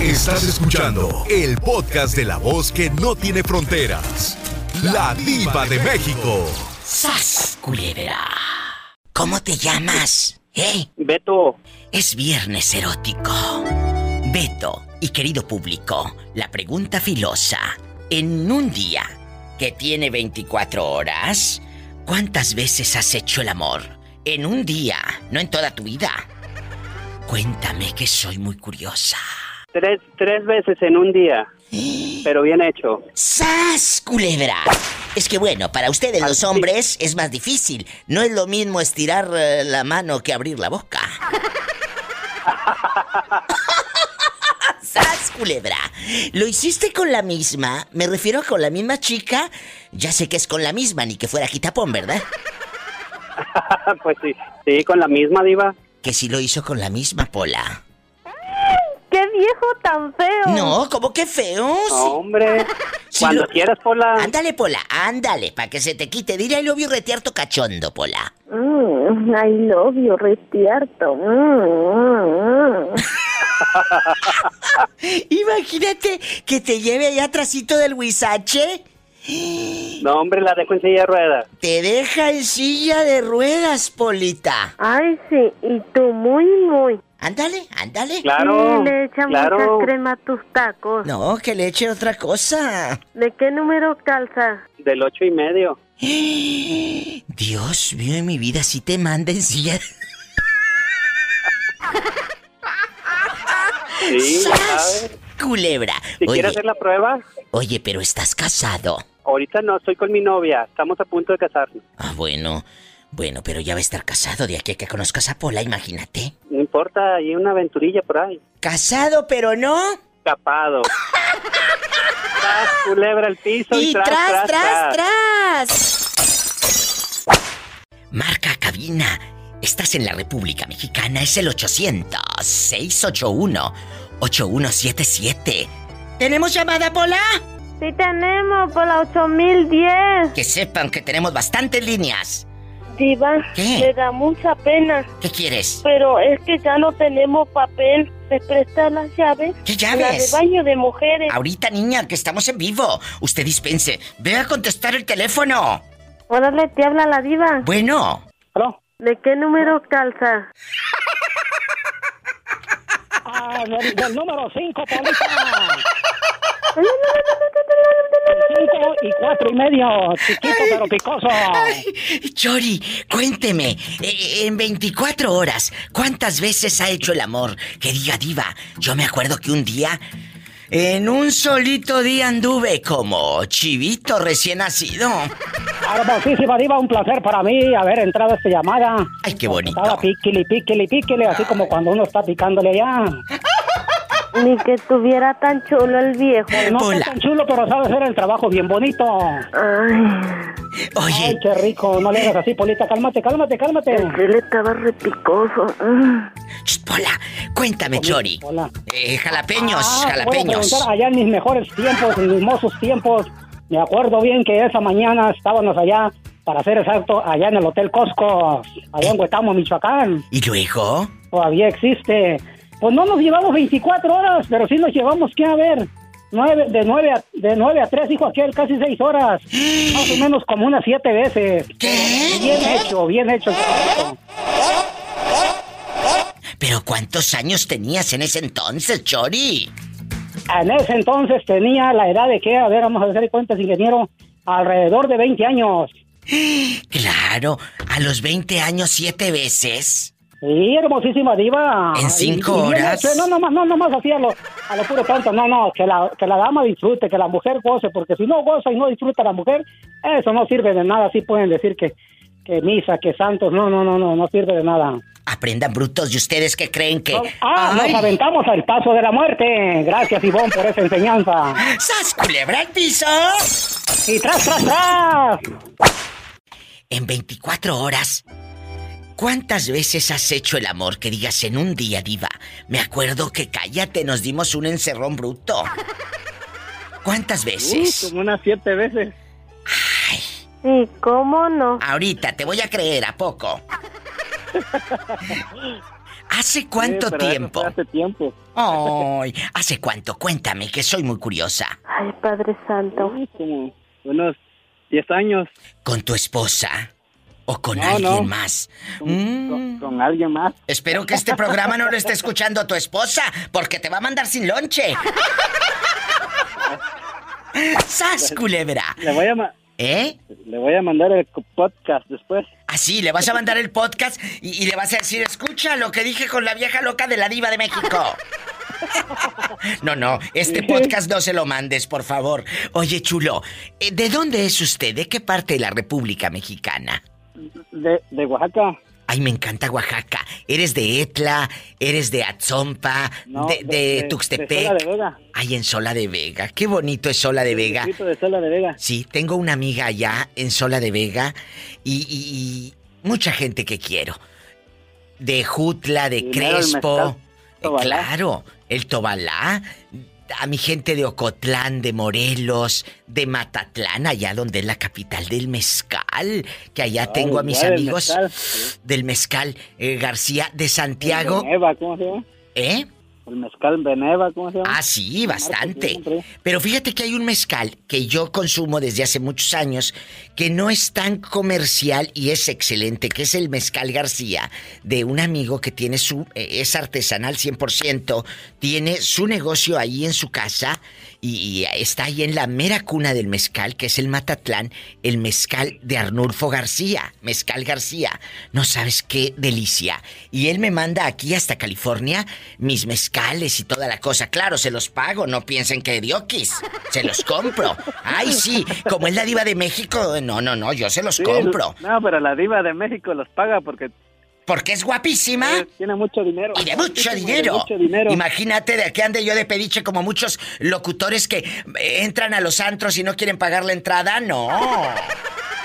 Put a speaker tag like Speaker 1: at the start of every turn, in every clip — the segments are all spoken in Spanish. Speaker 1: Estás escuchando el podcast de la voz que no tiene fronteras. La diva de México.
Speaker 2: ¡Sas, culebra! ¿Cómo te llamas? ¿Eh?
Speaker 3: Beto,
Speaker 2: Es viernes erótico. Beto y querido público, la pregunta filosa. En un día que tiene 24 horas, ¿cuántas veces has hecho el amor? En un día, no en toda tu vida. Cuéntame que soy muy curiosa.
Speaker 3: tres, tres veces en un día, pero bien hecho.
Speaker 2: ¡Sas, culebra! Es que bueno, para ustedes los hombres es más difícil. No es lo mismo estirar eh, la mano que abrir la boca. ¡Sas, culebra! ¿Lo hiciste con la misma? Me refiero a con la misma chica. Ya sé que es con la misma, ni que fuera quitapón, ¿verdad?
Speaker 3: pues sí, sí, con la misma diva.
Speaker 2: Que si lo hizo con la misma pola.
Speaker 4: ¡Qué viejo tan feo!
Speaker 2: No, ¿cómo que feo? Sí.
Speaker 3: No, hombre,
Speaker 2: Sí,
Speaker 3: cuando
Speaker 2: lo-
Speaker 3: quieras, Pola.
Speaker 2: Ándale, pola, ándale, para que se te quite. Dile al novio retearto cachondo, pola.
Speaker 4: Mm, I love you, retierto. Mm, mm, mm.
Speaker 2: Imagínate que te lleve allá atrásito del huizache.
Speaker 3: No, hombre, la dejo en silla de ruedas.
Speaker 2: Te deja en silla de ruedas, Polita.
Speaker 4: Ay, sí, y tú muy, muy.
Speaker 2: Ándale, ándale.
Speaker 3: Claro,
Speaker 4: Sí, le echa
Speaker 3: claro.
Speaker 4: mucha crema a tus tacos.
Speaker 2: No, que le eche otra cosa.
Speaker 4: ¿De qué número calza?
Speaker 3: Del ocho y medio.
Speaker 2: Dios mío, en mi vida si te manda en silla de...
Speaker 3: Sí, ya
Speaker 2: ¡Sas!
Speaker 3: sabes.
Speaker 2: Culebra.
Speaker 3: Si
Speaker 2: Oye,
Speaker 3: quieres hacer la prueba,
Speaker 2: oye, pero estás casado.
Speaker 3: ahorita no, estoy con mi novia. Estamos a punto de casarnos.
Speaker 2: Ah, bueno. Bueno, pero ya va a estar casado de aquí a que conozcas a Pola, imagínate.
Speaker 3: No importa, hay una aventurilla por ahí.
Speaker 2: Casado, pero no.
Speaker 3: Capado. tras, culebra al piso y,
Speaker 2: Y tras, tras, tras, Marca cabina. Estás en la República Mexicana, es el 800-681-8177. ¿Tenemos llamada, Pola?
Speaker 4: Sí tenemos, por la 8010.
Speaker 2: Que sepan que tenemos bastantes líneas.
Speaker 4: Diva,
Speaker 2: ¿Qué?
Speaker 4: me da mucha pena,
Speaker 2: ¿Qué quieres?
Speaker 4: pero es que ya no tenemos papel. ¿Me prestan las llaves?
Speaker 2: ¿Qué Ah.
Speaker 4: La de
Speaker 2: llaves?
Speaker 4: baño de mujeres.
Speaker 2: Ahorita, niña, que estamos en vivo. Usted dispense. Ve a contestar el teléfono.
Speaker 4: Órale, te habla la diva.
Speaker 2: Bueno,
Speaker 3: ¿Aló?
Speaker 4: ¿De qué número calza?
Speaker 5: Ah, del, del número 5, Polita. 5 y 4 y medio, chiquito pero picoso.
Speaker 2: Chori, cuénteme, eh, en 24 horas, ¿cuántas veces ha hecho el amor? Que diga diva, yo me acuerdo que un día, en un solito día anduve como chivito recién nacido.
Speaker 5: Hermosísima diva, un placer para mí haber entrado a esta llamada.
Speaker 2: Ay, qué bonito.
Speaker 5: Estaba piquili, piquili, piquili, así como cuando uno está picándole allá.
Speaker 4: Ni que estuviera tan chulo el viejo.
Speaker 5: No
Speaker 2: Hola.
Speaker 5: es tan chulo, pero sabe hacer el trabajo bien bonito.
Speaker 4: Ay,
Speaker 5: Ay,
Speaker 2: Oye,
Speaker 5: qué rico, no le hagas así, Polita, cálmate, cálmate, cálmate.
Speaker 4: él estaba repicoso. Mm.
Speaker 2: ch, Pola, cuéntame, Chori.
Speaker 5: Hola.
Speaker 2: Eh, jalapeños,
Speaker 5: Ah, puedo
Speaker 2: jalapeños.
Speaker 5: preguntar, allá en mis mejores tiempos, en mis hermosos tiempos, me acuerdo bien que esa mañana estábamos allá, para ser exacto, allá en el Hotel Costco, allá en Huetamo, Michoacán,
Speaker 2: ¿Y luego?
Speaker 5: todavía existe. Pues no nos llevamos 24 horas, pero sí nos llevamos, ¿qué? A ver, nueve, de, 9 a, de 9 a 3, hijo aquel, casi 6 horas, más o menos como unas 7 veces. Bien hecho, bien hecho. el trabajo.
Speaker 2: ¿Pero cuántos años tenías en ese entonces, Chori?
Speaker 5: En ese entonces tenía la edad de que, a ver, vamos a hacer cuentas, ingeniero, alrededor de 20 años.
Speaker 2: Claro, a los 20 años, siete veces.
Speaker 5: Sí, hermosísima diva.
Speaker 2: En cinco
Speaker 5: Y- y bien
Speaker 2: horas.
Speaker 5: hecho, No, no más, no, no más así a lo, a lo puro tanto. No, no, que la, que la dama disfrute, que la mujer goce, porque si no goza y no disfruta la mujer, eso no sirve de nada. Así pueden decir que, que misa, que santos, no, no, no, no, no sirve de nada.
Speaker 2: Aprendan brutos de ustedes que creen
Speaker 6: Oh,
Speaker 2: que.
Speaker 5: Ah,
Speaker 2: ¡Ay!
Speaker 5: nos aventamos al paso de la muerte. Gracias, Ivonne, por esa enseñanza.
Speaker 2: ¡Sas, culebra al piso!
Speaker 5: Y tras, tras, tras.
Speaker 2: En 24 horas. ¿Cuántas veces has hecho el amor que digas en un día, diva? Me acuerdo que cállate, nos dimos un encerrón bruto. ¿Cuántas veces?
Speaker 3: unas siete veces.
Speaker 4: ¿Y cómo no?
Speaker 2: Ahorita te voy a creer, ¿a poco? ¿Hace cuánto
Speaker 6: Sí, pero
Speaker 2: tiempo?
Speaker 6: eso fue hace tiempo.
Speaker 2: Ay, ¿hace cuánto? Cuéntame, que soy muy curiosa.
Speaker 4: Ay, Padre Santo.
Speaker 6: Sí, como unos 10 años
Speaker 2: ¿Con tu esposa? ¿O con
Speaker 6: No,
Speaker 2: alguien
Speaker 6: no.
Speaker 2: más?
Speaker 6: con,
Speaker 2: Mm,
Speaker 6: con- con alguien más.
Speaker 2: Espero que este programa no lo esté escuchando tu esposa, porque te va a mandar sin lonche. ¡Sas, culebra!
Speaker 6: Le voy a, ma-
Speaker 2: ¿Eh?
Speaker 6: le voy a mandar el co- podcast después.
Speaker 2: Así, le vas a mandar el podcast y, y le vas a decir, escucha lo que dije con la vieja loca de la diva de México. No, no, este podcast no se lo mandes, por favor. Oye, chulo, eh, ¿de dónde es usted? ¿De qué parte de la República Mexicana?
Speaker 6: De, de Oaxaca.
Speaker 2: Ay, me encanta Oaxaca. ¿Eres de Etla? ¿Eres de Atzompa?
Speaker 6: No,
Speaker 2: de, de
Speaker 6: De Sola
Speaker 2: Tuxtepec?
Speaker 6: de Vega.
Speaker 2: Ay, en Sola de Vega. Qué bonito es Sola de Vega.
Speaker 6: Distrito de Sola de Vega.
Speaker 2: Sí, tengo una amiga allá en Sola de Vega y, y- y mucha gente que quiero. De Jutla, de
Speaker 6: Primero el
Speaker 2: Crespo.
Speaker 6: mezcal,
Speaker 2: Eh,
Speaker 6: Tobalá.
Speaker 2: claro, el Tobalá. A mi gente de Ocotlán, de Morelos, de Matatlán, allá donde es la capital del mezcal. Que allá
Speaker 6: Ay,
Speaker 2: tengo a mis
Speaker 6: igual el
Speaker 2: amigos
Speaker 6: mezcal. Sí.
Speaker 2: del mezcal eh, García de Santiago.
Speaker 6: El Beneva, ¿cómo se llama?
Speaker 2: ¿Eh?
Speaker 6: El mezcal Beneva, ¿cómo se llama?
Speaker 2: Ah, sí, bastante.
Speaker 6: Marca, siempre.
Speaker 2: Pero fíjate que hay un mezcal que yo consumo desde hace muchos años que no es tan comercial y es excelente, que es el mezcal García, de un amigo que tiene su eh, es artesanal 100%, tiene su negocio ahí en su casa y, y está ahí en la mera cuna del mezcal, que es el Matatlán, el mezcal de Arnulfo García, mezcal García. No sabes qué delicia. Y él me manda aquí hasta California mis mezcales y toda la cosa. Claro, se los pago, no piensen que dioquis. Se los compro. Ay, sí, como es la diva de México, no, no, no, yo se los
Speaker 6: Sí,
Speaker 2: compro.
Speaker 6: No, pero la diva de México los paga porque
Speaker 2: Porque es guapísima.
Speaker 6: eh,
Speaker 5: Pues,
Speaker 6: tiene mucho dinero.
Speaker 2: Y de Ah. mucho
Speaker 6: Muchísimo, de
Speaker 2: dinero.
Speaker 6: mucho dinero.
Speaker 2: Imagínate de aquí ande yo de pediche como muchos locutores que eh, entran a los antros y no quieren pagar la entrada. No.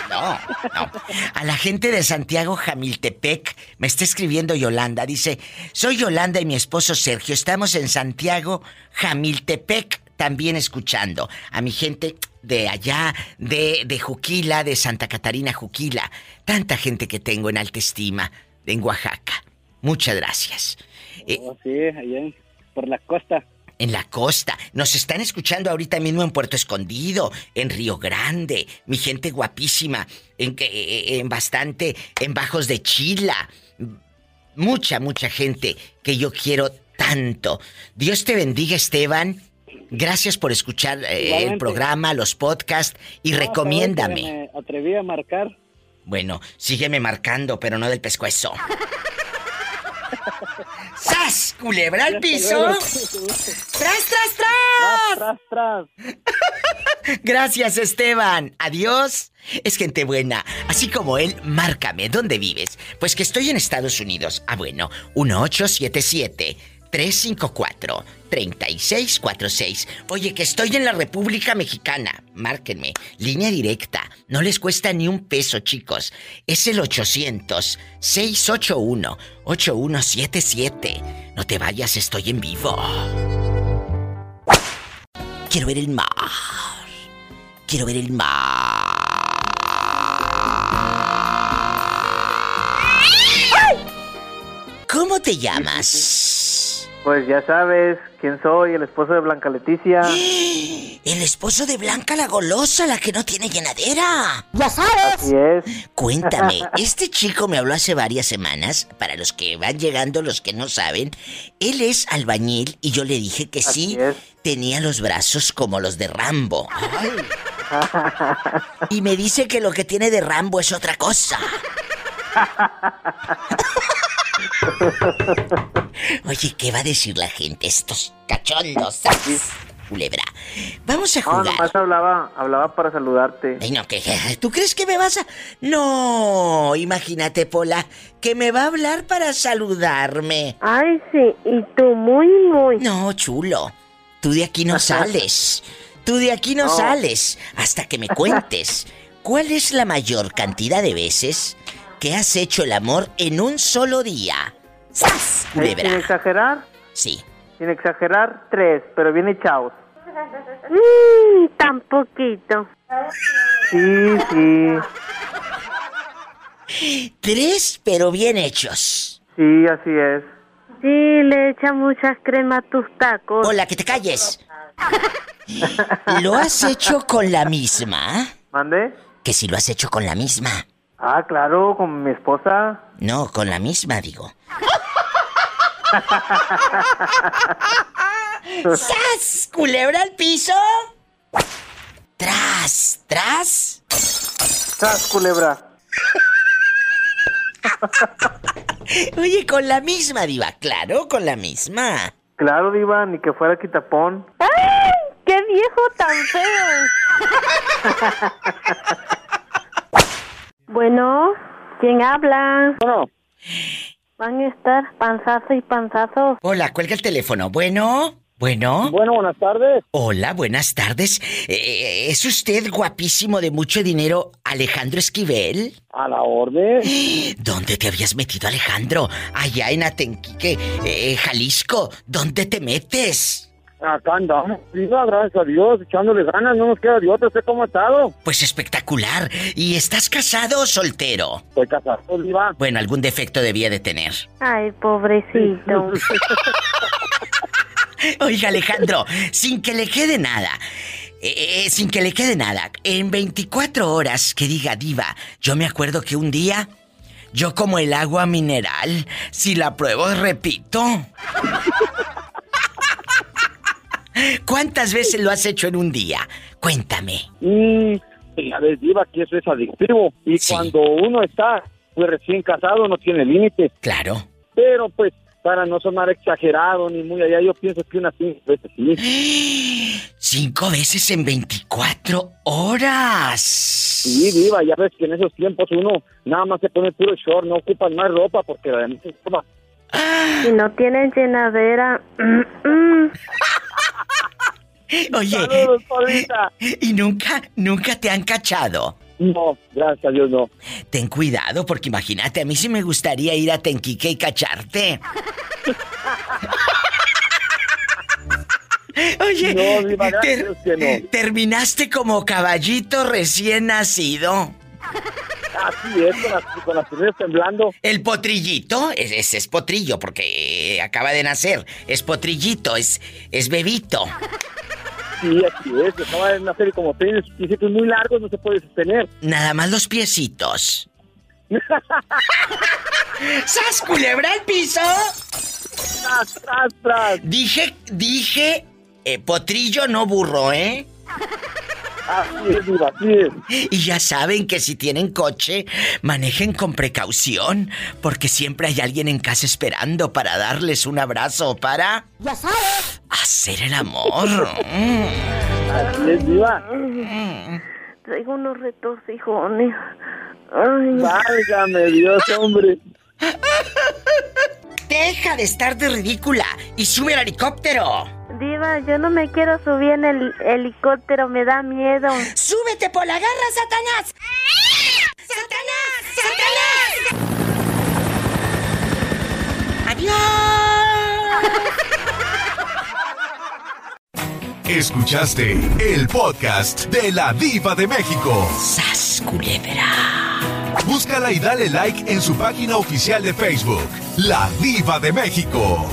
Speaker 2: No, no. A la gente de Santiago Jamiltepec me está escribiendo Yolanda. Dice, soy Yolanda y mi esposo Sergio. Estamos en Santiago Jamiltepec también escuchando a mi gente de allá, de, de Juquila, de Santa Catarina Juquila. Tanta gente que tengo en alta estima en Oaxaca. Muchas gracias. Eh,
Speaker 6: Oh, sí, allá en- por la costa.
Speaker 2: en la costa. Nos están escuchando ahorita mismo en Puerto Escondido, en Río Grande, mi gente guapísima, en, que- eh, en bastante, en Bajos de Chila. Mucha, mucha gente que yo quiero tanto. Dios te bendiga, Esteban. Gracias por escuchar eh, el
Speaker 6: Igualmente.
Speaker 2: programa, los podcasts y
Speaker 6: No,
Speaker 2: recomiéndame.
Speaker 6: hasta ahorita Me atreví a marcar.
Speaker 2: Bueno, sígueme marcando, pero no del pescuezo. ¡Sas! ¿Culebra al piso?
Speaker 6: luego.
Speaker 2: ¡Tras, tras, tras!
Speaker 6: Tras, tras, tras.
Speaker 2: Gracias, Esteban. Adiós. Es gente buena. Así como él, márcame. ¿Dónde vives? Pues que estoy en Estados Unidos. Ah, bueno, 1877-354-3646. Oye, que estoy en la República Mexicana. Márquenme. Línea directa. No les cuesta ni un peso, chicos. Es el 800-681-8177. No te vayas, estoy en vivo. Quiero ver el mar. Quiero ver el mar. ¿Cómo te llamas?
Speaker 6: Pues ya sabes quién soy, el esposo de Blanca Leticia.
Speaker 2: El esposo de Blanca la golosa, la que no tiene llenadera.
Speaker 6: Así es.
Speaker 2: Cuéntame, este chico me habló hace varias semanas, para los que van llegando, los que no saben, él es albañil y yo le dije que sí,
Speaker 6: Así es.
Speaker 2: tenía los brazos como los de Rambo. Y me dice que lo que tiene de Rambo es otra cosa. Oye, ¿qué va a decir la gente? Estos cachondos. ¡zas! Culebra. Vamos a
Speaker 6: No,
Speaker 2: jugar.
Speaker 6: nomás hablaba, hablaba para saludarte.
Speaker 2: Ay, no, que tú crees que me vas a. No, imagínate, Pola, que me va a hablar para saludarme.
Speaker 4: Ay, sí, y tú muy, muy.
Speaker 2: No, chulo. Tú de aquí no sales. Tú de aquí no, sales hasta que me cuentes. ¿Cuál es la mayor cantidad de veces que has hecho el amor en un solo día? ¡Sas!
Speaker 6: Eh, Sin
Speaker 2: Culebra.
Speaker 6: exagerar,
Speaker 2: Sí.
Speaker 6: sin exagerar, tres, pero bien echados.
Speaker 4: Mm, tan poquito.
Speaker 6: Sí, sí,
Speaker 2: Tres, pero bien hechos.
Speaker 6: sí, así es.
Speaker 4: Sí, le echa muchas crema a tus tacos.
Speaker 2: Hola, que te calles. ¿Lo has hecho con la misma?
Speaker 6: ¿Mande?
Speaker 2: Que si lo has hecho con la misma.
Speaker 6: Ah, claro, con mi esposa.
Speaker 2: No, con la misma, digo. ¡Sas! ¿Culebra al piso? ¡Tras! ¿Tras?
Speaker 6: ¡Sas, culebra!
Speaker 2: Oye, con la misma, Diva. Claro, con la misma.
Speaker 6: Claro, Diva, ni que fuera quitapón.
Speaker 4: ¡Ay! ¡Qué viejo tan feo! bueno, ¿quién habla?
Speaker 5: Bueno.
Speaker 4: Van a estar panzazo y panzazo.
Speaker 2: Hola, cuelga el teléfono. Bueno, bueno.
Speaker 5: Bueno, buenas tardes.
Speaker 2: Hola, buenas tardes. Eh, ¿Es usted guapísimo de mucho dinero, Alejandro Esquivel?
Speaker 5: A la orden.
Speaker 2: ¿Dónde te habías metido, Alejandro? Allá en Atenquique, eh, Jalisco. ¿Dónde te metes?
Speaker 5: Acá andamos, viva, gracias a Dios, echándole ganas, no nos queda de otra, ¿usted cómo ha estado?
Speaker 2: Pues espectacular. ¿Y estás casado o soltero?
Speaker 5: Estoy casado, viva.
Speaker 2: Bueno, algún defecto debía de tener.
Speaker 4: Ay, pobrecito.
Speaker 2: Oiga, Alejandro, sin que le quede nada, eh, eh, sin que le quede nada, en 24 horas que diga diva, yo me acuerdo que un día, yo como el agua mineral, si la pruebo, repito. ¿Cuántas veces lo has hecho en un día? Cuéntame.
Speaker 5: Mm, a ver, Diva, que eso es adictivo. Y
Speaker 2: Sí.
Speaker 5: cuando uno está pues, recién casado, no tiene límite.
Speaker 2: Claro.
Speaker 5: Pero, pues, para no sonar exagerado ni muy allá, yo pienso que unas cinco veces sí.
Speaker 2: Cinco veces en 24 horas.
Speaker 5: Sí, Diva, ya ves que en esos tiempos uno nada más se pone puro short, no ocupan más ropa porque la demás se toma.
Speaker 4: Si no tienen llenadera. mm, mm.
Speaker 2: Oye,
Speaker 5: ¡Saludos, Paulita!
Speaker 2: y nunca, nunca te han cachado.
Speaker 5: No, gracias a Dios, no.
Speaker 2: Ten cuidado, porque imagínate, a mí sí me gustaría ir a Tenquique y cacharte. Oye, eh,
Speaker 5: No, Diva, gracias
Speaker 2: ter-
Speaker 5: a Dios que no.
Speaker 2: terminaste como caballito recién nacido.
Speaker 5: Así es, con las, con las piernas temblando.
Speaker 2: El potrillito, es, es, es potrillo porque eh, acaba de nacer. Es potrillito, es, es bebito.
Speaker 5: Sí, así es. Acaba de nacer y como tiene pisitos muy largos no se puede sostener.
Speaker 2: Nada más los piecitos. ¡Sas culebra al piso!
Speaker 5: ¡Tras, tras, tras!
Speaker 2: Dije, dije, eh, potrillo no burro, ¿eh?
Speaker 5: Así es, Diva, así es.
Speaker 2: Y ya saben que si tienen coche, manejen con precaución, porque siempre hay alguien en casa esperando para darles un abrazo o para hacer el amor. Mm.
Speaker 5: Así es, Diva.
Speaker 4: Traigo unos retorcijones. Ay,
Speaker 5: Válgame Dios, hombre.
Speaker 2: Deja de estar de ridícula y sube al helicóptero.
Speaker 4: Diva, yo no me quiero subir en el helicóptero, me da miedo.
Speaker 2: ¡Súbete por la garra, Satanás! ¡Satanás! ¡Satanás! ¡Adiós!
Speaker 1: Escuchaste el podcast de la Diva de México.
Speaker 2: ¡Sas, culebra!
Speaker 1: Búscala y dale like en su página oficial de Facebook, La Diva de México.